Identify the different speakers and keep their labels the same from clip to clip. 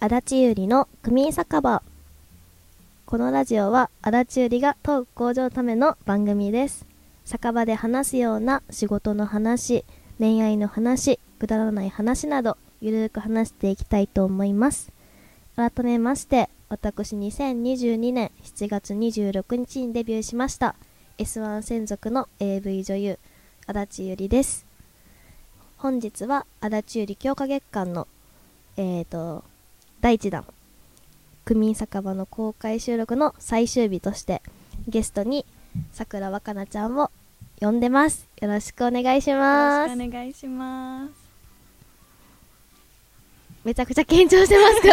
Speaker 1: 足立ゆりの組員酒場このラジオは足立ゆりがトーク向上のための番組です酒場で話すような仕事の話恋愛の話くだらない話などゆるーく話していきたいと思います改めまして私2022年7月26日にデビューしました S1 専属の AV 女優足立ゆりです本日は足立ゆり強化月間のえー、と第1弾組員酒場の公開収録の最終日としてゲストにさくら若菜ちゃんを呼んでますよろしくお願いし
Speaker 2: よ
Speaker 1: ま
Speaker 2: ろ
Speaker 1: す
Speaker 2: しくお願いします
Speaker 1: めちゃくちゃ緊張してますか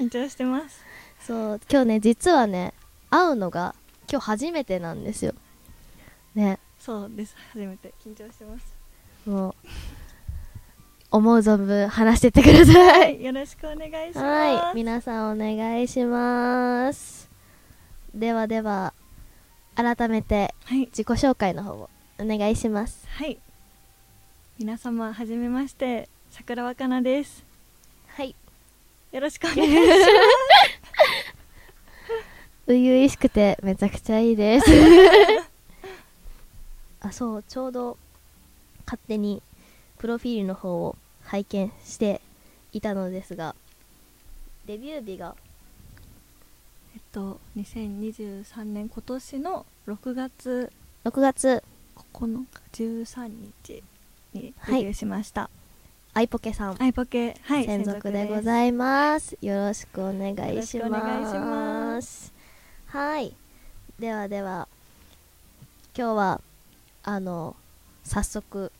Speaker 2: 緊張してます
Speaker 1: そう今日ね実はね会うのが今日初めてなんですよね
Speaker 2: そうです初めて緊張してます
Speaker 1: もう思う存分話してってください
Speaker 2: よろしくお願いします
Speaker 1: はい皆さんお願いしますではでは改めて
Speaker 2: はい
Speaker 1: 自己紹介の方をお願いします
Speaker 2: はい皆様はじめまして桜若菜です
Speaker 1: はい
Speaker 2: よろしくお願い します
Speaker 1: 初々しくてめちゃくちゃいいですあそうちょうど勝手にプロフィールの方を拝見していたのですがデビュー日が
Speaker 2: えっと2023年今年の6月
Speaker 1: 6月
Speaker 2: 9日13日にデ
Speaker 1: はい
Speaker 2: ビューしました、
Speaker 1: アイポケさん
Speaker 2: アイポケはい
Speaker 1: 専属でご
Speaker 2: す
Speaker 1: ざいます。よろしくお願いし
Speaker 2: よろしくお願いし
Speaker 1: ま。
Speaker 2: ます
Speaker 1: はい。ではでは、今日は、あの、早速、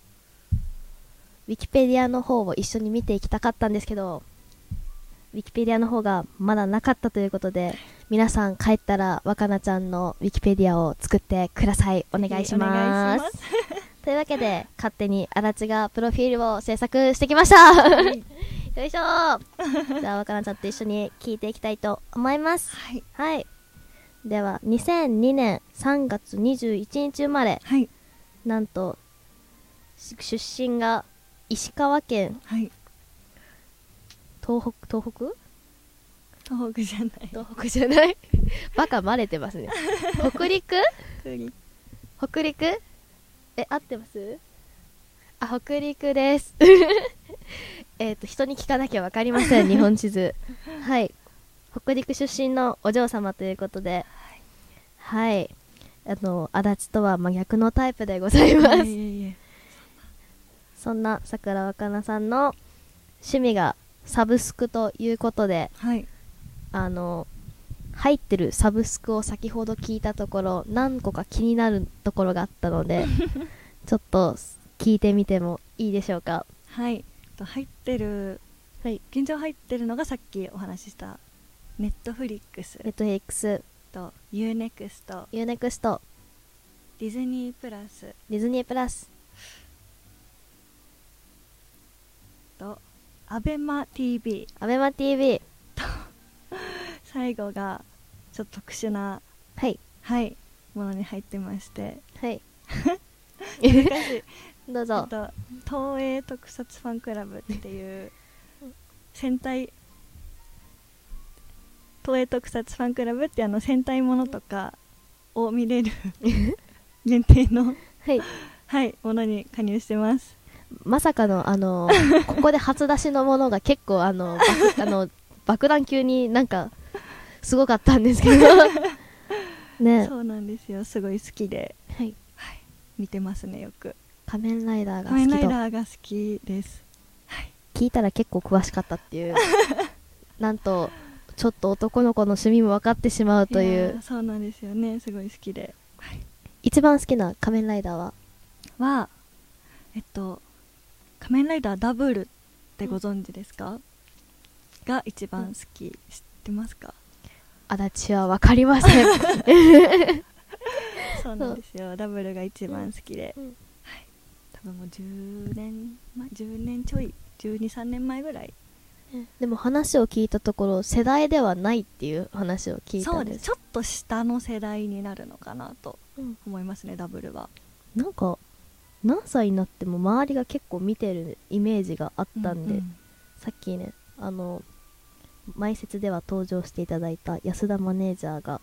Speaker 1: ウィキペディアの方を一緒に見ていきたかったんですけど、ウィキペディアの方がまだなかったということで、皆さん帰ったら若菜ちゃんのウィキペディアを作ってください。お願いします。
Speaker 2: お願いし
Speaker 1: というわけで、勝手に足立がプロフィールを制作してきました。
Speaker 2: はい
Speaker 1: よいしょーじゃあ若菜ちゃんと一緒に聞いていきたいと思います
Speaker 2: はい
Speaker 1: はいでは2002年3月21日生まれ
Speaker 2: はい
Speaker 1: なんとし出身が石川県
Speaker 2: はい
Speaker 1: 東北東北
Speaker 2: 東北じゃない
Speaker 1: 東北じゃないバカまれてますね北陸
Speaker 2: 栗
Speaker 1: 北陸え合ってますあ北陸です えっと人に聞かなきゃ分かりません日本地図はい北陸出身のお嬢様ということではいあの足立とは真逆のタイプでございます、
Speaker 2: いえいえいえ
Speaker 1: そんなさくら若菜さんの趣味がサブスクということで
Speaker 2: はい
Speaker 1: あの入ってるサブスクを先ほど聞いたところ何個か気になるところがあったの でちょっと聞いてみてもいいでしょうか
Speaker 2: はいと入ってる
Speaker 1: はい
Speaker 2: 現状入ってるのがさっきお話ししたネットフリックス
Speaker 1: Netflix
Speaker 2: と UNEXT
Speaker 1: UNEXT
Speaker 2: ディズニープラス
Speaker 1: ディズニープラス
Speaker 2: と ABEMATV
Speaker 1: ABEMATV
Speaker 2: 最後がちょっと特殊な
Speaker 1: はい
Speaker 2: はいものに入ってまして
Speaker 1: はい
Speaker 2: 難しい
Speaker 1: どう
Speaker 2: ちょ
Speaker 1: ぞ
Speaker 2: っと東映特撮ファンクラブっていう戦隊東映特撮ファンクラブってあの戦隊ものとかを 見れる限定の
Speaker 1: はい
Speaker 2: はいものに加入してます
Speaker 1: まさかのあ のここで初出しのものが結構あの爆あの爆弾級になんかすごかったんですけど ね
Speaker 2: そうなんですよすごい好きで
Speaker 1: はい
Speaker 2: 見てますねよく
Speaker 1: 仮面ライダーが好
Speaker 2: 仮面ラ
Speaker 1: き
Speaker 2: イ
Speaker 1: と
Speaker 2: ダーが好きです
Speaker 1: 聞いたら結構詳しかったっていう なんとちょっと男の子の趣味も分かってしまうとい
Speaker 2: やー
Speaker 1: う
Speaker 2: そうなんですよねすごい好きではい
Speaker 1: 一番好きな仮面ライダーは
Speaker 2: はえっと「仮面ライダーダブル」ってご存知ですか、が一番好き、知ってますか
Speaker 1: 足立は分かりません
Speaker 2: そうなんですよダブルが一番好きで、
Speaker 1: うん
Speaker 2: はい、多分もう10年前10年ちょい1 2 3年前ぐらい
Speaker 1: でも話を聞いたところ世代ではないっていう話を聞い
Speaker 2: そ
Speaker 1: た
Speaker 2: うんで
Speaker 1: ですす
Speaker 2: ちょっと下の世代になるのかなと
Speaker 1: うん
Speaker 2: 思いますねダブルは
Speaker 1: なんか何歳になっても周りが結構見てるイメージがあったんで、
Speaker 2: うう
Speaker 1: さっきねあの前説では登場していただいた安田マネージャーが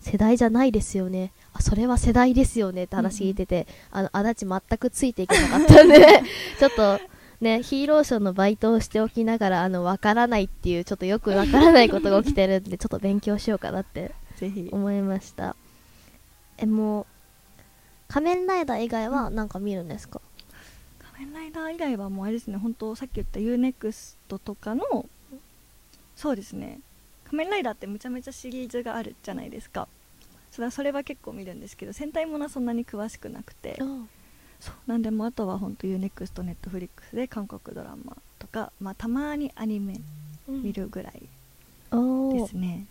Speaker 1: 世代じゃないですよねあそれは世代ですよねって話聞いてて、あの足立全くついていけなかったん でちょっとねヒーローショーのバイトをしておきながらあのわからないっていうちょっとよくわからないことが起きてるんでちょっと勉強しようかなって
Speaker 2: ぜひ
Speaker 1: 思いましたえもう仮面ライダー以外はなんか見るんですか、
Speaker 2: 仮面ライダー以外はもうあれですね本当さっき言った UNEXT とかのそうですね仮面ライダーってむちゃめちゃシリーズがあるじゃないですかそれはそれは結構見るんですけど戦隊ものはそんなに詳しくなくてそうなんでもあとは本当 UNEXT ネットフリックスで韓国ドラマとか、まあ、たまにアニメ見るぐらい
Speaker 1: お
Speaker 2: で
Speaker 1: ー
Speaker 2: すね、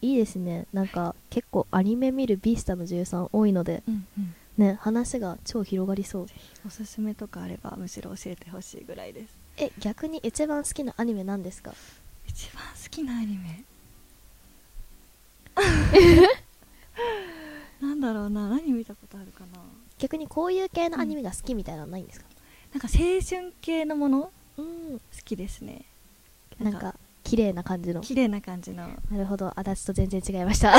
Speaker 1: いいですねなんか結構アニメ見るビースタの女優さん多いので
Speaker 2: うんうん
Speaker 1: ね話が超広がりそう
Speaker 2: おすすめとかあればむしろ教えてほしいぐらいです
Speaker 1: え逆に一番好きなアニメなんですか
Speaker 2: 一番好きなア ニメなんだろうな何見たことあるかな
Speaker 1: 逆にこういう系のアニメが好きみたいなのないんですか
Speaker 2: なんか青春系のもの好
Speaker 1: うん
Speaker 2: きですね
Speaker 1: なんか綺麗な感じの
Speaker 2: 綺麗な感じの
Speaker 1: なるほど足立と全然違いました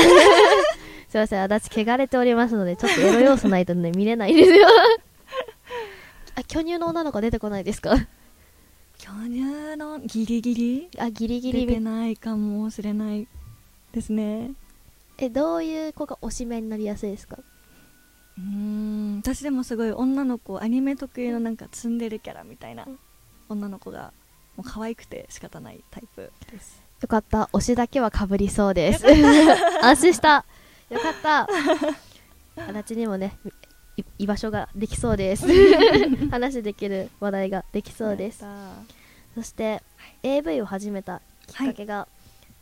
Speaker 1: すいません足立汚れておりますのでちょっとエロ要素ないとね見れないですよあ巨乳の女の子出てこないですか
Speaker 2: 巨乳のギリギリ
Speaker 1: あギリギ
Speaker 2: 出て
Speaker 1: リ
Speaker 2: ないかもしれないですね
Speaker 1: えどういう子が推し目になりやすいですか
Speaker 2: うーん私でもすごい女の子アニメ特有のなんかツンデレキャラみたいな
Speaker 1: うん
Speaker 2: 女の子がもう可愛くて仕方ないタイプです
Speaker 1: よかった推しだけはかぶりそうです安心したよかった足立にもねい居場所ができそう です話できる話題ができそうです
Speaker 2: やったー
Speaker 1: そして、AV を始めたきっかけが、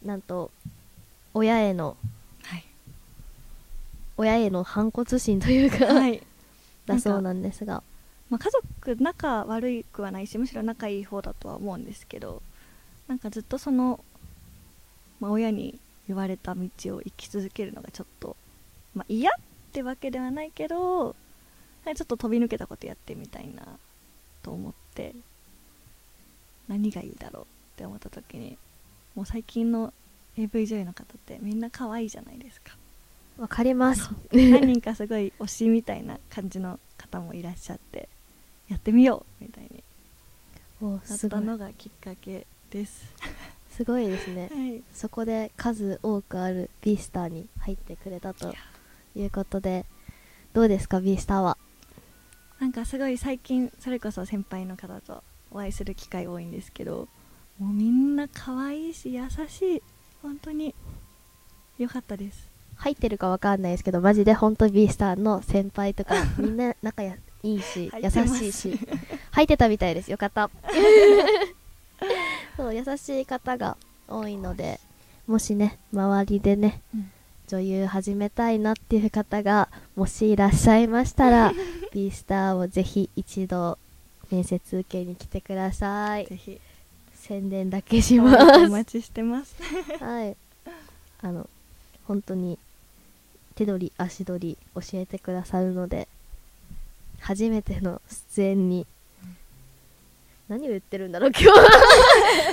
Speaker 1: なんと親への
Speaker 2: はい
Speaker 1: 親への反骨心というか、
Speaker 2: はい
Speaker 1: だそうなんですが
Speaker 2: まあ、家族仲悪くはないしむしろ仲いい方だとは思うんですけどなんかずっとその、まあ、親に言われた道を生き続けるのがちょっと、まあ、嫌ってわけではないけどなんかちょっと飛び抜けたことやってみたいなと思って何がいいだろうって思った時にもう最近の AV 女優の方ってみんな可愛いじゃないですか
Speaker 1: わかります
Speaker 2: 何 人かすごい推しみたいな感じの方もいらっしゃってやってみようみたいに
Speaker 1: お
Speaker 2: なっ
Speaker 1: すご
Speaker 2: た
Speaker 1: い
Speaker 2: のがきっかけです。
Speaker 1: すごいですね
Speaker 2: はい。い
Speaker 1: そこで数多くあるビースターに入ってくれた
Speaker 2: や
Speaker 1: ということでどうですかビースターは
Speaker 2: なんかすごい最近それこそ先輩の方とお会いする機会多いんですけど、もうみんな可愛いし優しい本当に良かったです。
Speaker 1: 入ってるかわかんないですけどマジで本当ビースターの先輩 とかみんな仲やいいし
Speaker 2: 入
Speaker 1: 優
Speaker 2: ってます
Speaker 1: しいし 入ってたみたいですよかったそう優しい方が多いのでもしね周りでね女優始めたいなっていう方がもしいらっしゃいました らビースターをぜひ一度面接受けに来てください
Speaker 2: ぜひ
Speaker 1: 宣伝だけし
Speaker 2: お
Speaker 1: ます
Speaker 2: 待ちしてます。
Speaker 1: はい。あの、本当に手取り足取り教えてくださるので、初めての出演に、何を言ってるんだろう、今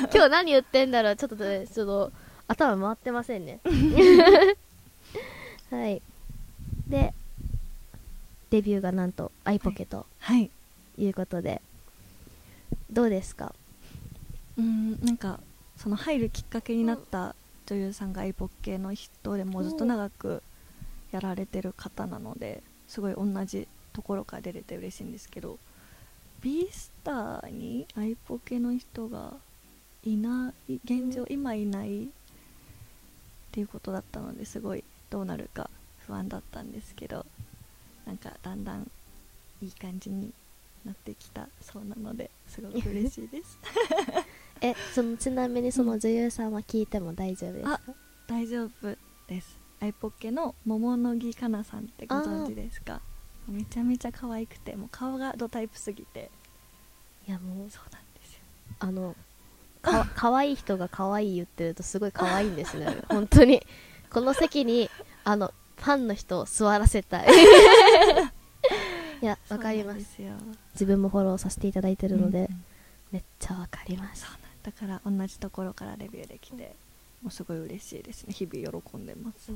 Speaker 1: 日。今日何言ってんだろう、ちょっとね、ちょっと頭回ってませんね。はい。で、デビューがなんと iPocket と
Speaker 2: はい。
Speaker 1: いうことで、どうですか
Speaker 2: うんなんかその入るきっかけになった女優さんがイポッケの人でもうずっと長くやられてる方なのですごい同じところから出れて嬉しいんですけどビースターにアイポケの人がいない現状今いないっていうことだったのですごいどうなるか不安だったんですけどなんかだんだんいい感じになってきたそうなのですごく嬉しいです。
Speaker 1: え、そのちなみにその女優さんは聞いても大丈夫ですか
Speaker 2: あ大丈夫ですアイポッケの桃の木かなさんってご存知ですかめちゃめちゃ可愛くてもう顔がドタイプすぎて
Speaker 1: いやもう
Speaker 2: そうなんですよ
Speaker 1: あ のか可愛い人が可愛い言ってるとすごい可愛いんですね 本当にこの席にあのファンの人を座らせ たいいやわかりま
Speaker 2: そうなんですすよ
Speaker 1: 自分もフォローさせていただいてるので、
Speaker 2: うんうん
Speaker 1: めっちゃわかります
Speaker 2: そうなんだから同じところからレビューできて、もうすごい嬉しいですね日々喜んでます、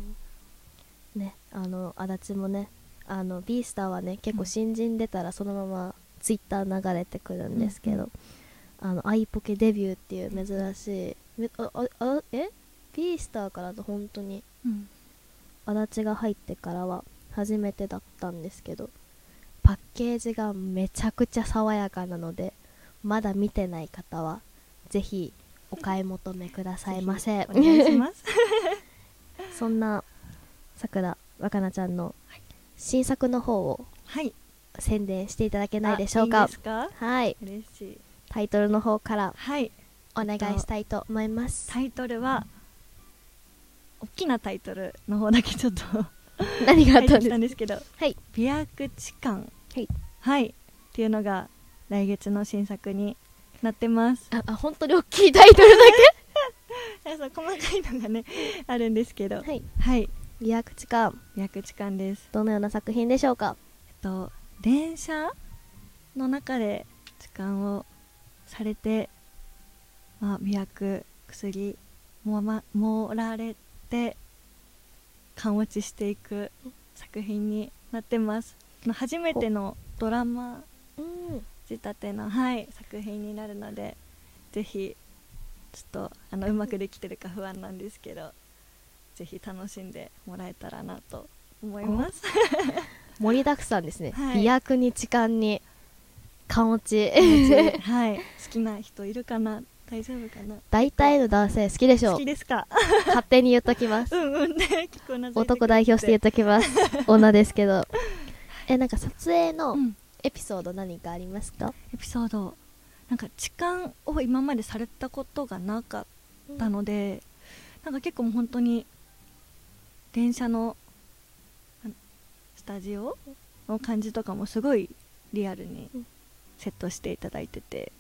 Speaker 1: ねあの足立もねあのビースターはね結構新人出たらそのままツイッター流れてくるんですけど、あのアイポケデビューっていう珍しいめあああえビースターからと本当に
Speaker 2: うん、
Speaker 1: 足立が入ってからは初めてだったんですけどパッケージがめちゃくちゃ爽やかなのでまだ見てない方はぜひお買い求めくださいませ
Speaker 2: お願いします
Speaker 1: そんなさくら若菜ちゃんの
Speaker 2: はい
Speaker 1: 新作の方を
Speaker 2: はい
Speaker 1: 宣伝していただけないでしょう
Speaker 2: あ
Speaker 1: か
Speaker 2: いいですか
Speaker 1: はい
Speaker 2: 嬉しい
Speaker 1: タイトルの方から
Speaker 2: はい
Speaker 1: お願いしたいと思います、
Speaker 2: タイトルは大きなタイトルの方だけちょ っと
Speaker 1: 何があ
Speaker 2: 入
Speaker 1: っ
Speaker 2: った
Speaker 1: んですか
Speaker 2: てきたんですけど
Speaker 1: はい
Speaker 2: 「美白痴漢」
Speaker 1: はい
Speaker 2: はいっていうのが来月の新作になってます
Speaker 1: ああ本当に大きいタイトルだ
Speaker 2: あ そう細かいのがね あるんですけど
Speaker 1: けはい
Speaker 2: はい
Speaker 1: 「リアクチカ
Speaker 2: 美白痴漢です
Speaker 1: どのような作品でしょうか
Speaker 2: えっと電車の中で痴漢をされて、まあ、美白薬もま盛られて勘落ちしていく作品になってますあの初めてのドラマ
Speaker 1: うん
Speaker 2: 仕立ての、はい、作品になるのでぜひちょっとあのうまくできてるか不安なんですけどぜひ楽しんでもらえたらなと思います
Speaker 1: 盛りだくさんですね、
Speaker 2: はい
Speaker 1: 美薬に痴漢に勘落ち
Speaker 2: はい、好きな人いるかな大丈夫かな
Speaker 1: 大体の男性好きでしょ
Speaker 2: 好
Speaker 1: う
Speaker 2: きですか
Speaker 1: 勝手に言っときます
Speaker 2: うんうんね結構な
Speaker 1: 男代表して言っとき ます女ですけどえなんか撮影の
Speaker 2: うん
Speaker 1: エピソード何かありますか、
Speaker 2: エピソードなんか痴漢を今までされたことがなかったので、なんか結構もう本当に電車のあのスタジオの感じとかもすごいリアルに
Speaker 1: うん
Speaker 2: セットしていただいてて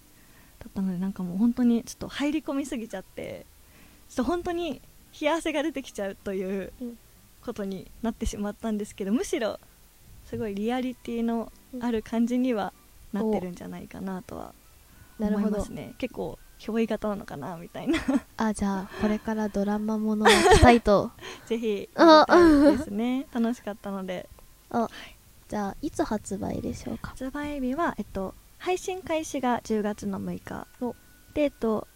Speaker 2: だったのでなんかもう本当にちょっと入り込みすぎちゃってちょっと本当に冷や汗が出てきちゃうという
Speaker 1: うん
Speaker 2: ことになってしまったんですけどむしろすごいリアリティのある感じにはなってるんじゃないかなとは
Speaker 1: なる
Speaker 2: 思い
Speaker 1: ほ
Speaker 2: ま
Speaker 1: ど
Speaker 2: すね結構憑依型なのかなみたいな
Speaker 1: あじゃあこれからドラマものをしたい と
Speaker 2: ぜひ
Speaker 1: あ
Speaker 2: 見たいですね 楽しかったので
Speaker 1: あじゃあいつ発売でしょうか
Speaker 2: 発売日は、えっと、配信開始が10月の6日
Speaker 1: お
Speaker 2: で、えっと、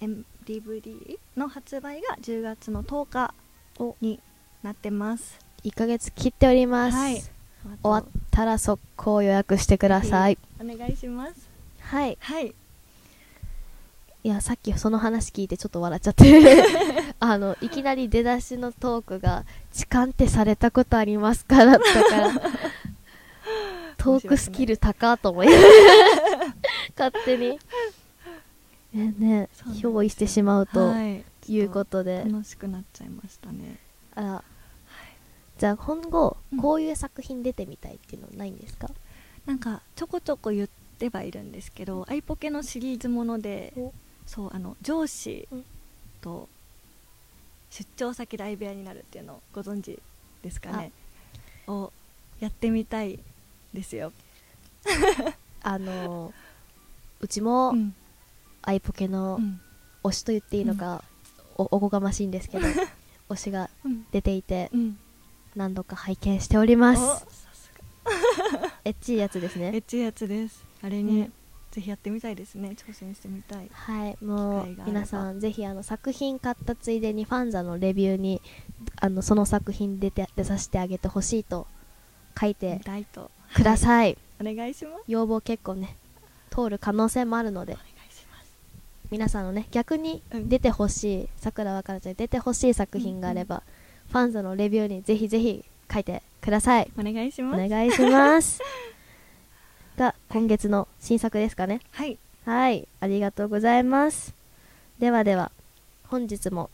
Speaker 2: M- DVD の発売が10月の10日
Speaker 1: お
Speaker 2: になってます
Speaker 1: 1ヶ月切っております、
Speaker 2: はい
Speaker 1: 終わったら速攻予約してください
Speaker 2: お願いします
Speaker 1: はい
Speaker 2: はい
Speaker 1: いやさっきその話聞いてちょっと笑っちゃって あのいきなり出だしのトークが「痴漢ってされたことありますか?」だった からトークスキル高っと思い勝手にねね
Speaker 2: そうなんですよ
Speaker 1: 憑依してしまうと
Speaker 2: はい
Speaker 1: いうことで、
Speaker 2: 楽しくなっちゃいましたね
Speaker 1: あらじゃあ今後
Speaker 2: うん
Speaker 1: こういう作品出てみたいっていうのないんですか、
Speaker 2: なんかちょこちょこ言ってはいるんですけど、アイポケのシリーズものでそうあの上司
Speaker 1: うん
Speaker 2: と出張先で相部屋になるっていうのをご存知ですかねをやってみたいですよ、
Speaker 1: あのうちも
Speaker 2: うん
Speaker 1: アイポケの
Speaker 2: うん
Speaker 1: 推しと言っていいのか、おおこがましいんですけ ど推しが
Speaker 2: うん
Speaker 1: 出ていて
Speaker 2: うん、
Speaker 1: 何度か拝見しておりま
Speaker 2: お
Speaker 1: す
Speaker 2: さすが
Speaker 1: エッチいやつです
Speaker 2: エ
Speaker 1: ね
Speaker 2: ッチいやつですあれに、
Speaker 1: うん
Speaker 2: ぜひやってみたいですね挑戦してみたい
Speaker 1: はいもう
Speaker 2: 機会があれば
Speaker 1: 皆さんぜひあの作品買ったついでにファンザのレビューにあのその作品出て出させてあげてほしいと書い
Speaker 2: 見
Speaker 1: て
Speaker 2: たいと
Speaker 1: ください
Speaker 2: お願いします
Speaker 1: 要望結構ね通る可能性もあるので
Speaker 2: お願いします
Speaker 1: 皆さんのね逆に
Speaker 2: うん
Speaker 1: 出てほしいさくらわかなちゃんに出てほしい作品があれば、ファンザのレビューにぜひぜひ書いてください
Speaker 2: お願いし
Speaker 1: お
Speaker 2: ます
Speaker 1: 願いしますが今月の新作ですかね
Speaker 2: はい
Speaker 1: はいありがとうございますではでは本日も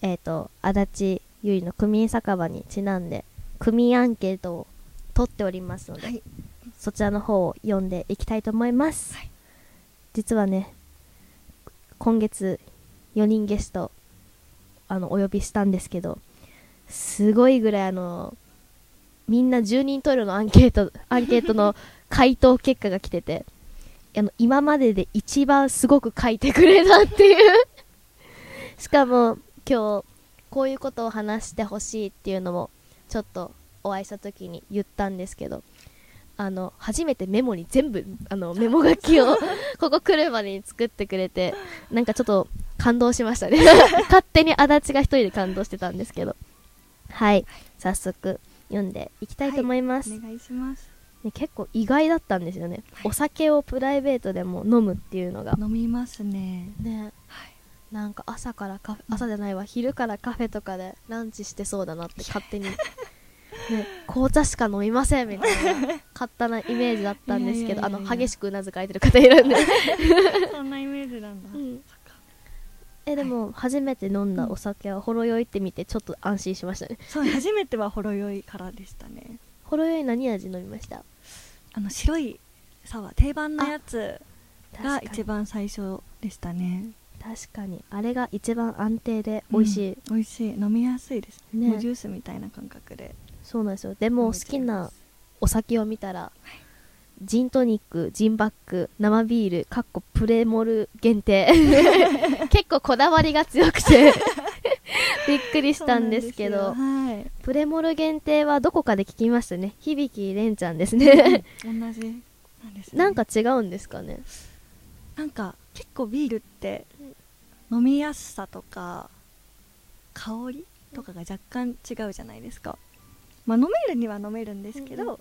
Speaker 1: えっ、と足立ゆいの組員酒場にちなんで組員アンケートを取っておりますので、
Speaker 2: はい
Speaker 1: そちらの方を読んでいきたいと思います、
Speaker 2: はい
Speaker 1: 実はね今月4人ゲストあのお呼びしたんですけどすごいぐらいあのみんな10人トイレのアンケートアンケートの回答結果が来てていあの今までで一番すごく書いてくれたっていう しかも今日こういうことを話してほしいっていうのもちょっとお会いした時に言ったんですけどあの初めてメモに全部あのメモ書きを ここ来るまでに作ってくれてなんかちょっと感動しましたね 勝手に足立が一人で感動してたんですけどはい早速読んでいきたいと思います、
Speaker 2: お願いします
Speaker 1: ね、結構意外だったんですよね、
Speaker 2: はい
Speaker 1: お酒をプライベートでも飲むっていうのが
Speaker 2: 飲みますね
Speaker 1: ね
Speaker 2: はい
Speaker 1: なんか朝からカフェ朝じゃないわ昼からカフェとかでランチしてそうだなって勝 手に、ね、紅茶しか飲みませんみたい な勝手なイメージだったんですけど
Speaker 2: いやいやいやいや
Speaker 1: あの激しくうなずかれてる方いるんで、
Speaker 2: そんなイメージなんだ、
Speaker 1: うんえでも初めて飲んだお酒はほろ酔いって見てちょっと安心しましたね
Speaker 2: そう初めてはほろ酔いからでしたね
Speaker 1: ほろ酔い何味飲みました
Speaker 2: あの白いサワー定番のやつが
Speaker 1: 確か
Speaker 2: 一
Speaker 1: に
Speaker 2: 番最初でしたね
Speaker 1: 確かにあれが一番安定で美味しい、
Speaker 2: うん美味しい飲みやすいです
Speaker 1: ね
Speaker 2: ねもうジュースみたいな感覚で
Speaker 1: そうなんですよでも好きなお酒を見たら、ジントニックジンバック生ビールかっこプレモル限 定結構こだわりが強くてびっくりしたんですけ
Speaker 2: そ
Speaker 1: ど
Speaker 2: うなんです
Speaker 1: プレモル限定はどこかで聞きましたね響きれんちゃんです
Speaker 2: よ はい
Speaker 1: ね
Speaker 2: うん同じなんです、ね、
Speaker 1: なんか違うんですかね
Speaker 2: なんか結構ビールって飲みやすさとか香りとかが若干違うじゃないですか、まあ、飲めるには飲めるんですけど、
Speaker 1: うんう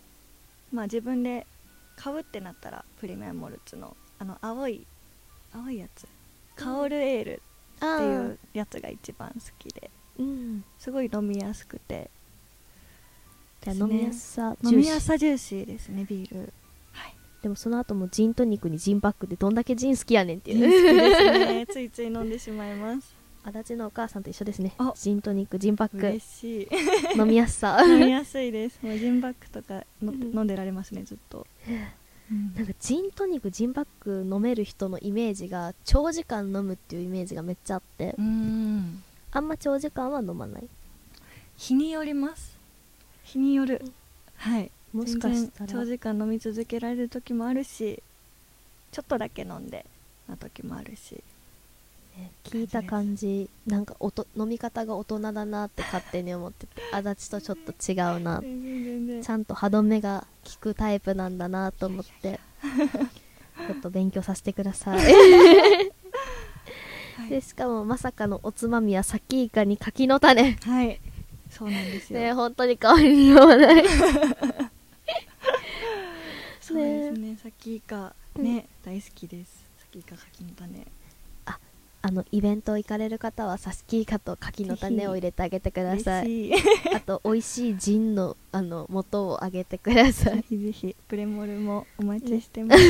Speaker 2: まあ自分で買うってなったらプレミアムモルツのあの青い青いやつ香るエール
Speaker 1: あ
Speaker 2: ってい
Speaker 1: ー
Speaker 2: うやつが一番好きで
Speaker 1: うん
Speaker 2: すごい飲みやすくて
Speaker 1: じゃあ
Speaker 2: です
Speaker 1: 飲
Speaker 2: ね
Speaker 1: みやすさ重視
Speaker 2: 飲みやすさジューシーですねビールはい
Speaker 1: でもその後もジントニックにジンバックでどんだけジン好きやねんっていう
Speaker 2: 好きですねついつい飲んでしまい ます
Speaker 1: 足立のお母さんと一緒ですね
Speaker 2: あ
Speaker 1: ジントニックジンバック
Speaker 2: 嬉しい
Speaker 1: 飲みやす さ
Speaker 2: 飲みやすいですもうジンバックとかの
Speaker 1: うん
Speaker 2: 飲んでられますねずっと、
Speaker 1: なんかジントニックジンバック飲める人のイメージが長時間飲むっていうイメージがめっちゃあって
Speaker 2: うん
Speaker 1: あんま長時間は飲まない
Speaker 2: 日によります日による、
Speaker 1: うん
Speaker 2: はい
Speaker 1: もしかした
Speaker 2: 全然長
Speaker 1: ら
Speaker 2: 時間飲み続けられる時もあるしちょっとだけ飲んでな時もあるし
Speaker 1: ね聞いた感じなんかおと飲み方が大人だなって勝手に思ってて足立とちょっと違うな
Speaker 2: 全然全然
Speaker 1: ちゃんと歯止めが効くタイプなんだなと思って ちょっと勉強させてください
Speaker 2: はい
Speaker 1: でしかもまさかのおつまみはサキイカに柿の種
Speaker 2: はいそうなんですよ、
Speaker 1: ね本当に香りに合わない
Speaker 2: そうですねサキイカね、大好きですサキイカ柿の種
Speaker 1: あのイベント行かれる方はサスキイカと柿の種を入れてあげてください
Speaker 2: 嬉しい
Speaker 1: あと美味しいジンのあの元をあげてくださ
Speaker 2: ぜ
Speaker 1: い
Speaker 2: ひぜひプレモルもお待ちしてます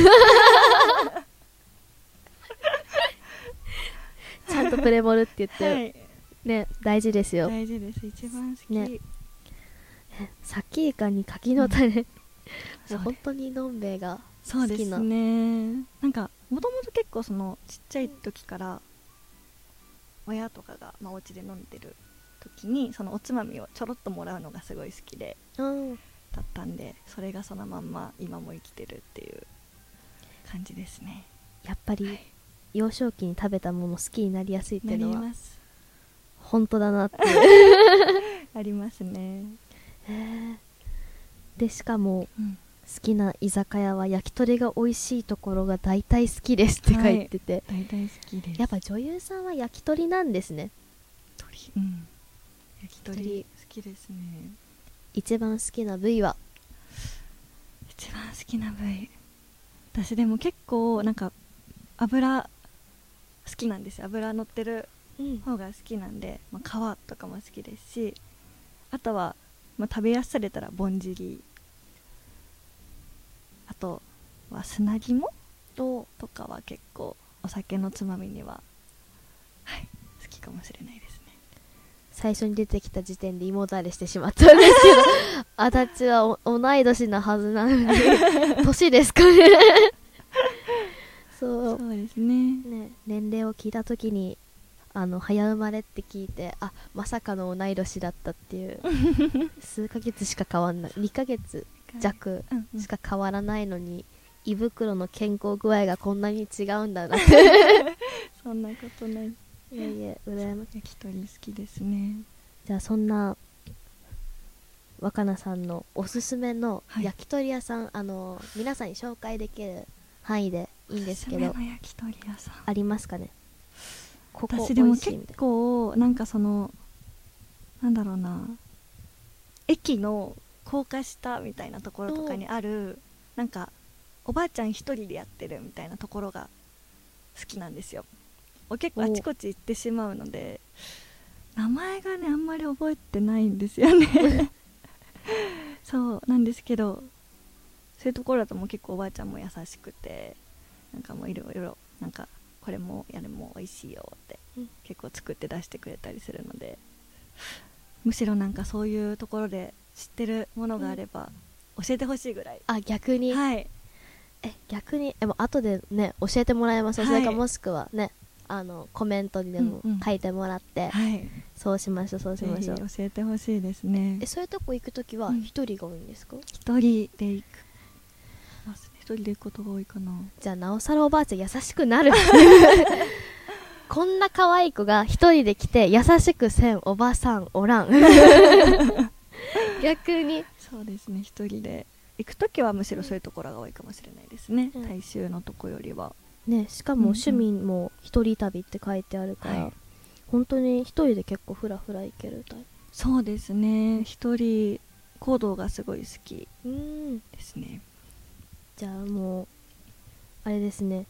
Speaker 1: ちゃんとプレモルって言って、
Speaker 2: はい
Speaker 1: ね大事ですよ
Speaker 2: 大事です一番好き、
Speaker 1: ねサキイカに柿の種、も
Speaker 2: そうう
Speaker 1: 本当にのんべえが
Speaker 2: そうで
Speaker 1: 好
Speaker 2: す
Speaker 1: き
Speaker 2: ねなんかもともと結構そのちっちゃい時から親とかが、まあ、お家で飲んでる時にそのおつまみをちょろっともらうのがすごい好きで
Speaker 1: うん
Speaker 2: だったんでそれがそのまんま今も生きてるっていう感じですね
Speaker 1: やっぱり幼少期に食べたもの好きになりやすいって
Speaker 2: な
Speaker 1: いう
Speaker 2: り
Speaker 1: のは
Speaker 2: ます
Speaker 1: 本当だなって
Speaker 2: ありますね、
Speaker 1: でしかも
Speaker 2: うん、
Speaker 1: 好きな居酒屋は焼き鳥が美味しいところが大体好きですって書いてて、
Speaker 2: 大体好きです
Speaker 1: やっぱ女優さんは焼き鳥なんですね
Speaker 2: 鳥うん焼き
Speaker 1: 鳥
Speaker 2: 鳥好きですね
Speaker 1: 一番好きな部位は
Speaker 2: 一番好きな部位私でも結構なんか油好きなんですよ油乗ってる
Speaker 1: うん
Speaker 2: 方が好きなんで、まあ、皮とかも好きですしあとは、まあ、食べやすさで言ったらぼんじりあとは砂肝ととかは結構お酒のつまみにははい好きかもしれないですね
Speaker 1: 最初に出てきた時点で胃もたれしてしまったんですけど 足立はお同い年なはずなの で年ですかねそ
Speaker 2: そう
Speaker 1: う
Speaker 2: ですね
Speaker 1: ね年齢を聞いた時にあの早生まれって聞いてあまさかの同い年だったって いう数ヶ月しか変わんない2ヶ月弱
Speaker 2: うんうん
Speaker 1: しか変わらないのに、胃袋の健康具合がこんなに違うんだなって
Speaker 2: そんなことない
Speaker 1: いやいや羨ましい
Speaker 2: 焼き鳥好きですね
Speaker 1: じゃあそんな若菜さんのおすすめの
Speaker 2: はい
Speaker 1: 焼き鳥屋さん、あの皆さんに紹介できる範囲でいいんですけ
Speaker 2: お
Speaker 1: ど
Speaker 2: すすめの焼き鳥屋さん
Speaker 1: ありますかねここ
Speaker 2: 私でも
Speaker 1: 美味しい
Speaker 2: 結
Speaker 1: みたいな
Speaker 2: 構なんかそのなんだろうな駅の高架下みたいなところとかにあるなんかおばあちゃん一人でやってるみたいなところが好きなんですよお結構
Speaker 1: お
Speaker 2: あちこち行ってしまうので名前がねあんまり覚えてないんです よねそうなんですけどそういうところだともう結構おばあちゃんも優しくてなんかもういろいろなんかこれもやれも美味しいよって
Speaker 1: うん
Speaker 2: 結構作って出してくれたりするのでむしろなんかそういうところで知ってるものがあれば教えてほしいぐらい、
Speaker 1: あ逆に、
Speaker 2: はい
Speaker 1: え逆にでも後でね教えてもらいましょう、それか
Speaker 2: はい
Speaker 1: もしくはねあのコメントにでも
Speaker 2: うんうん
Speaker 1: 書いてもらって、
Speaker 2: はい
Speaker 1: そうしましょうそうし
Speaker 2: ぜ
Speaker 1: ま
Speaker 2: ひ
Speaker 1: しょ
Speaker 2: 教
Speaker 1: う
Speaker 2: えてほしいですね
Speaker 1: えそういうとこ行くときは
Speaker 2: うん
Speaker 1: 一人が多いんですか、
Speaker 2: 一人で行くます一人で行くことが多いかな
Speaker 1: じゃあなおさらおばあちゃん優しく なるこんな可愛い子が一人で来て優しくせんおばさんおら ん逆に
Speaker 2: そうですね一人で行く時はむしろそういうところが多いかもしれないですね、
Speaker 1: うん
Speaker 2: 大衆のとこよりは
Speaker 1: ねしかも趣味も一人旅って書いてあるから、
Speaker 2: はい
Speaker 1: 本当に一人で結構フラフラ行けるタイ
Speaker 2: そうですね一人行動がすごい好き
Speaker 1: プうん
Speaker 2: ですね
Speaker 1: じゃあもうあれですね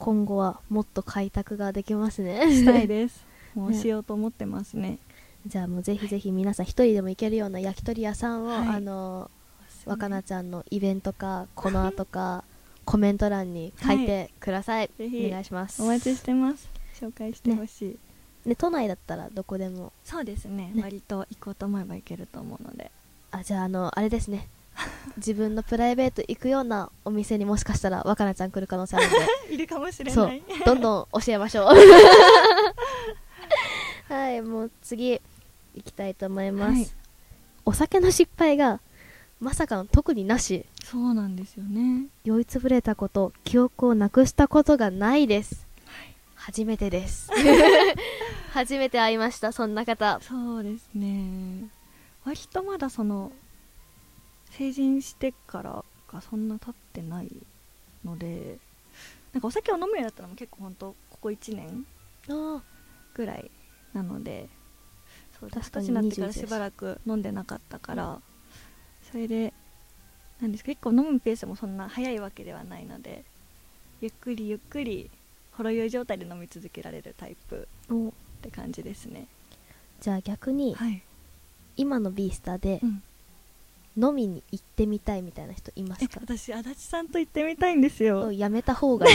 Speaker 1: 今後はもっと開拓ができますね
Speaker 2: したい
Speaker 1: ね
Speaker 2: ですもうしようと思ってますね
Speaker 1: じゃあもうぜひぜひ皆さん一人でも行けるような焼き鳥屋さんを、
Speaker 2: はい
Speaker 1: あの若菜ちゃんのイベントかコマとかコメント欄に書いてください、
Speaker 2: ぜひ
Speaker 1: お願いします
Speaker 2: お待ちしてます紹介してほしい、
Speaker 1: で都内だったらどこでも
Speaker 2: そうですね
Speaker 1: ね
Speaker 2: 割と行こうと思えば行けると思うので
Speaker 1: あじゃああのあれですね自分のプライベート行くようなお店にもしかしたら若菜ちゃん来る可能性あるん で
Speaker 2: いるかもしれ
Speaker 1: そ
Speaker 2: な
Speaker 1: う
Speaker 2: い
Speaker 1: どんどん教えま しょうはいもう次行きたいと思います、
Speaker 2: はい
Speaker 1: お酒の失敗がまさかの特になし
Speaker 2: そうなんですよね
Speaker 1: 酔いつぶれたこと記憶をなくしたことがないです、初めてです 初めて会いましたそんな方
Speaker 2: そうですね割とまだその成人してからがそんな経ってないのでなんかお酒を飲むようになったのも結構本当ここ1年
Speaker 1: あ
Speaker 2: ぐらいなのでそう
Speaker 1: 確
Speaker 2: 確
Speaker 1: か
Speaker 2: か
Speaker 1: に
Speaker 2: になってから
Speaker 1: 21
Speaker 2: しばらく飲んでなかったから、それでなんですか結構飲むペースもそんな早いわけではないのでゆっくりゆっくりほろ酔い状態で飲み続けられるタイプって感じですね
Speaker 1: じゃあ逆に、
Speaker 2: はい、
Speaker 1: 今のビースターで
Speaker 2: うん、
Speaker 1: 飲みに行ってみたいみたいな人いま
Speaker 2: え
Speaker 1: すか
Speaker 2: 私足立さんと行ってみたいんですよ
Speaker 1: うんやめた方がいい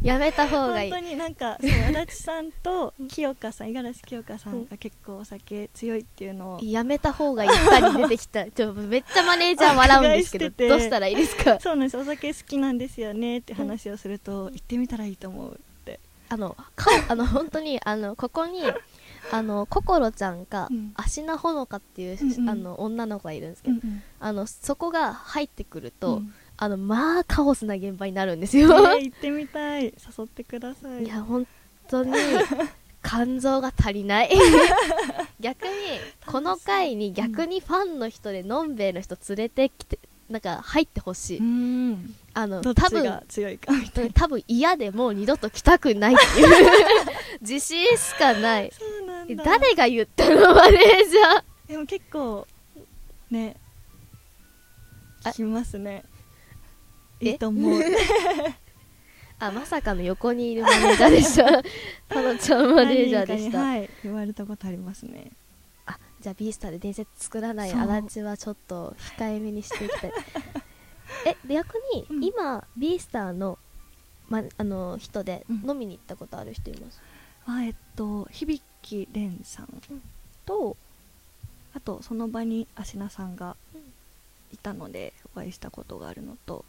Speaker 1: やめた方がい
Speaker 2: 本
Speaker 1: い
Speaker 2: 当になんか そう足立さんと清香さん五十嵐清香さんが結構お酒強いっていうのを
Speaker 1: やめた方がいい2人出てきたちょめっちゃマネージャー笑うんですけど
Speaker 2: お願いしてて
Speaker 1: どうしたらいいですか
Speaker 2: そうなんですお酒好きなんですよねって話をすると行ってみたらいいと思うって
Speaker 1: あのか あの本当にあのここにあの心ちゃんか、
Speaker 2: うん
Speaker 1: アシナほのかっていう、
Speaker 2: うんうん
Speaker 1: あの女の子がいるんですけ
Speaker 2: う
Speaker 1: ど、
Speaker 2: んうん
Speaker 1: あのそこが入ってくると、
Speaker 2: うん
Speaker 1: あのまあカオスな現場になるんです
Speaker 2: え
Speaker 1: よ、
Speaker 2: ー行ってみたい誘ってください
Speaker 1: いや本当に肝臓が足り ない逆にこの回に逆にファンの人でのんべえの人連れてきてなんか入ってほしい、
Speaker 2: うん
Speaker 1: あの
Speaker 2: どっ
Speaker 1: 多
Speaker 2: ち
Speaker 1: 分
Speaker 2: が強いかみたいな
Speaker 1: 多分嫌でもう二度と来たくないって いう自信しかない
Speaker 2: そうなんだ
Speaker 1: 誰が言ったのマネージャー
Speaker 2: でも結構ね
Speaker 1: あ
Speaker 2: 聞きますね
Speaker 1: え
Speaker 2: いいと思う
Speaker 1: あまさかの横にいるマネージャーで したタロちゃ んマネージャーで
Speaker 2: 何人
Speaker 1: し
Speaker 2: か
Speaker 1: た、
Speaker 2: にはい言われたことありますね
Speaker 1: あじゃあビースターで伝説作らない
Speaker 2: そう
Speaker 1: あらちはちょっと控えめにしていき たいえで逆に、
Speaker 2: うん
Speaker 1: 今ビースターの,、ま、あの人で
Speaker 2: うん
Speaker 1: 飲みに行ったことある人います、
Speaker 2: あえっと響蓮さん
Speaker 1: うん
Speaker 2: とあとその場に芦名さんが
Speaker 1: うん
Speaker 2: いたのでお会いしたことがあるのと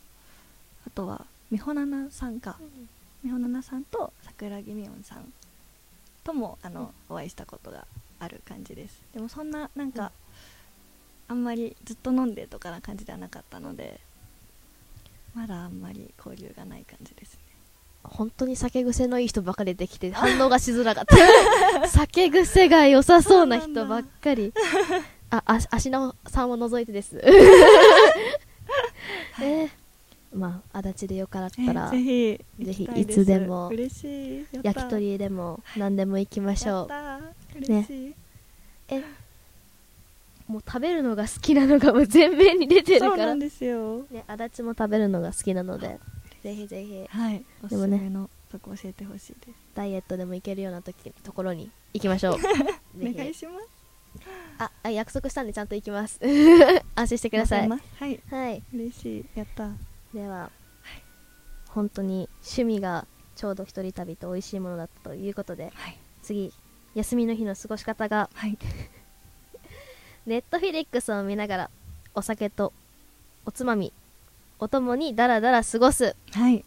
Speaker 2: あとは美穂奈々さんか美穂奈々さんと桜木美音さんともあの、お会いしたことがある感じですでもそんななんか、あんまりずっと飲んでとかな感じではなかったのでまだあんまり交流がない感じですね
Speaker 1: 本当に酒癖のいい人ばかりできて反応がしづらかった 酒癖が良さそうな人ばっかりああ足のさんを除いてですえーまあ足立でよからったら、
Speaker 2: えーぜひ
Speaker 1: ぜひ
Speaker 2: 行きた
Speaker 1: いつでも
Speaker 2: す嬉しいやった
Speaker 1: 焼き鳥でも何でも行きまし
Speaker 2: や
Speaker 1: ょ
Speaker 2: っ
Speaker 1: う
Speaker 2: た嬉しい、
Speaker 1: えもう食べるのが好きなのがもう全面に出て
Speaker 2: そ
Speaker 1: る
Speaker 2: う
Speaker 1: か
Speaker 2: な
Speaker 1: ら
Speaker 2: ん
Speaker 1: ね
Speaker 2: ですよ
Speaker 1: 足立も食べるのが好きなのでぜひぜひ
Speaker 2: はいおす
Speaker 1: も
Speaker 2: す
Speaker 1: ね
Speaker 2: めのとこ教えてほしいです
Speaker 1: ダイエットでも行けるような時ところに行きま しょう
Speaker 2: お願
Speaker 1: ぜ
Speaker 2: い
Speaker 1: ひ
Speaker 2: します
Speaker 1: ああ約束したんでちゃんと行きます 安心してください
Speaker 2: 待ってますはい
Speaker 1: はい
Speaker 2: 嬉しいやった
Speaker 1: では、本当に趣味がちょうど一人旅と美味しいものだったということで
Speaker 2: はい
Speaker 1: 次休みの日の過ごし方が
Speaker 2: はい
Speaker 1: ネットフィリックスを見ながらお酒とおつまみお供にダラダラ過ごす
Speaker 2: はい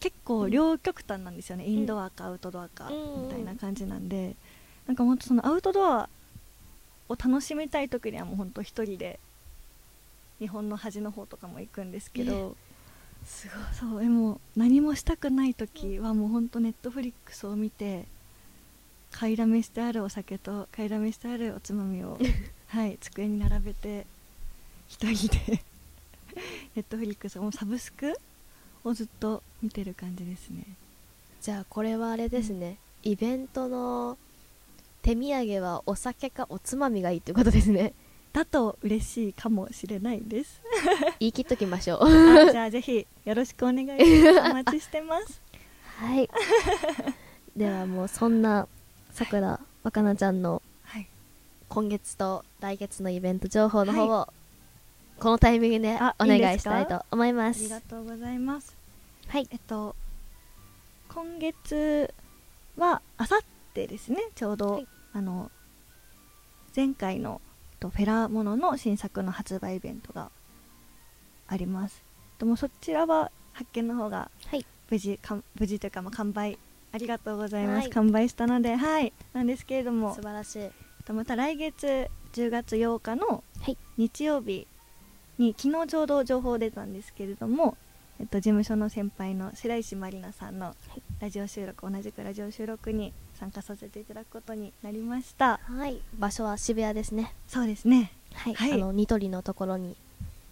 Speaker 2: 結構両極端なんですよね、インドアかアウトドアか
Speaker 1: うん
Speaker 2: みたいな感じなんで、なんかもっとそのアウトドアを楽しみたい時にはもうほんと一人で日本の端の方とかも行くんですけど、すごいそうでも何もしたくない時はもうほんとネットフリックスを見て買いだめしてあるお酒と買いだめしてあるおつまみをはい机に並べて一人で ネットフリックスもうサブスクをずっと見てる感じですね
Speaker 1: じゃあこれはあれですね、イベントの手土産はお酒かおつまみがいいということです ね
Speaker 2: だと嬉しいかもしれないです
Speaker 1: 言い切っときま しょう
Speaker 2: あじゃあぜひよろしくお願いしますお待ちしてます
Speaker 1: はいではもうそんなさくら若菜ちゃんの
Speaker 2: はい
Speaker 1: 今月と来月のイベント情報の方を、このタイミングで
Speaker 2: あ
Speaker 1: お
Speaker 2: いい
Speaker 1: 願
Speaker 2: で
Speaker 1: いし
Speaker 2: すか
Speaker 1: たいと思いま
Speaker 2: あ
Speaker 1: す
Speaker 2: りがとうございます
Speaker 1: はい
Speaker 2: えっと今月はあさってですねちょうど、
Speaker 1: はい
Speaker 2: あの前回のえっとフェラモノの新作の発売イベントがありますでもそちらは発見の方が
Speaker 1: はい
Speaker 2: 無事かん無事というか、まあ、完売ありがとうございます、
Speaker 1: はい
Speaker 2: 完売したのではいなんですけれども
Speaker 1: 素晴らしい
Speaker 2: えっとまた来月10月8日の
Speaker 1: はい
Speaker 2: 日曜日に昨日ちょうど情報出たんですけれども、えっと、事務所の先輩の白石まりなさんの
Speaker 1: い
Speaker 2: ラジオ収録、同じくラジオ収録に参加させていただくことになりました
Speaker 1: はい場所は渋谷ですね
Speaker 2: そうですね
Speaker 1: はい、
Speaker 2: はい
Speaker 1: あのニトリのところに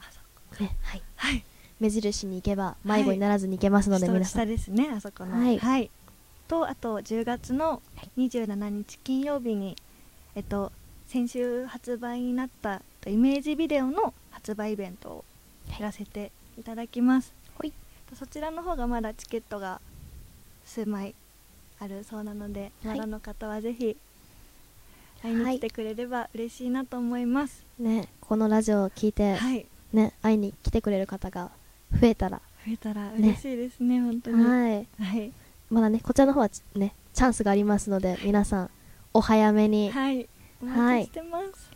Speaker 2: あそこ
Speaker 1: ねはい
Speaker 2: はい
Speaker 1: 目印に行けば迷子にならずに行けますので、
Speaker 2: 下
Speaker 1: 皆さ
Speaker 2: 下
Speaker 1: ん
Speaker 2: ですねあそこの
Speaker 1: はい
Speaker 2: とあと10月の
Speaker 1: はい
Speaker 2: 27日金曜日にえっと先週発売になったえっとイメージビデオの発売イベントをやらせていただきます、
Speaker 1: はい
Speaker 2: そちらの方がまだチケットが数枚あるそうなので、
Speaker 1: はい
Speaker 2: まだの方はぜひ会いに来てくれれば嬉しいなと思います
Speaker 1: ねこのラジオを聞いて、
Speaker 2: はい
Speaker 1: ね会いに来てくれる方が増えたら
Speaker 2: 増えたら嬉しいですね本当に
Speaker 1: はい
Speaker 2: はい
Speaker 1: まだねこちらの方はちねチャンスがありますので皆さんお早めにはい、
Speaker 2: はい、お待ちしてます、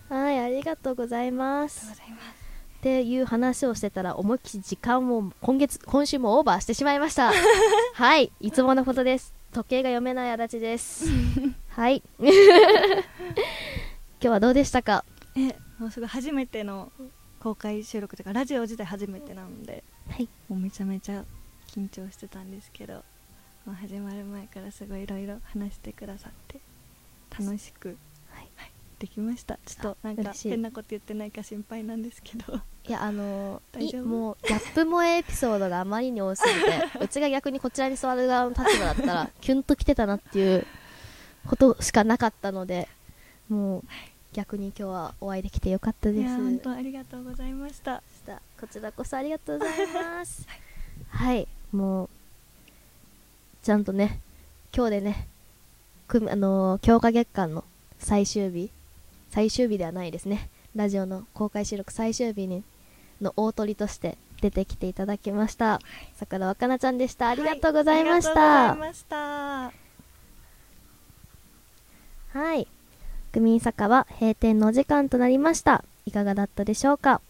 Speaker 1: ありがとうございま
Speaker 2: あり
Speaker 1: す
Speaker 2: がとうございます
Speaker 1: っていう話をしてたら思いっきり時間を今月今週もオーバーしてしまいました はいいつものことです時計が読めない足立です はい今日はどうでしたか
Speaker 2: えもうすごい初めての公開収録というかラジオ自体初めてなので
Speaker 1: はい
Speaker 2: もうめちゃめちゃ緊張してたんですけど、まあ、始まる前からすごいいろいろ話してくださって楽しく、
Speaker 1: はい
Speaker 2: できましたちょっとなんか
Speaker 1: 嬉しい
Speaker 2: 変なこと言ってないか心配なんですけど
Speaker 1: いやあのー
Speaker 2: 大丈夫
Speaker 1: いもうギャップ萌えエピソードがあまりに多すぎ てうちが逆にこちらに座る側の立場だったらキュンときてたなっていうことしかなかったのでもう逆に今日はお会いできてよかった
Speaker 2: い
Speaker 1: です
Speaker 2: や本当ありがとうございました
Speaker 1: こちらこそありがとうございます。 はい、もう、ちゃんとね、今日でね、くあのー強化月間の最終日、最終日ではないですね、ラジオの公開収録最終日にの大鳥として出てきていただきました。さくらわかなちゃんでした。ありがとうございまし
Speaker 2: はいあ
Speaker 1: た
Speaker 2: りがとうござい。ました
Speaker 1: はい。グミン坂は閉店のお時間となりました。いかがだったでしょうか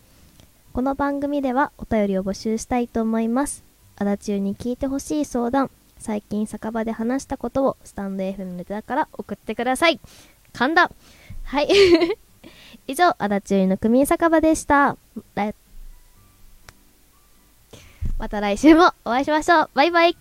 Speaker 1: この番組ではお便りを募集したいと思います。足立中に聞いてほしい相談、最近酒場で話したことをスタンド F のネタから送ってください。噛んだはい。 以上、足立中のグミン酒場でした。来また来週もお会いしましょうバイバイ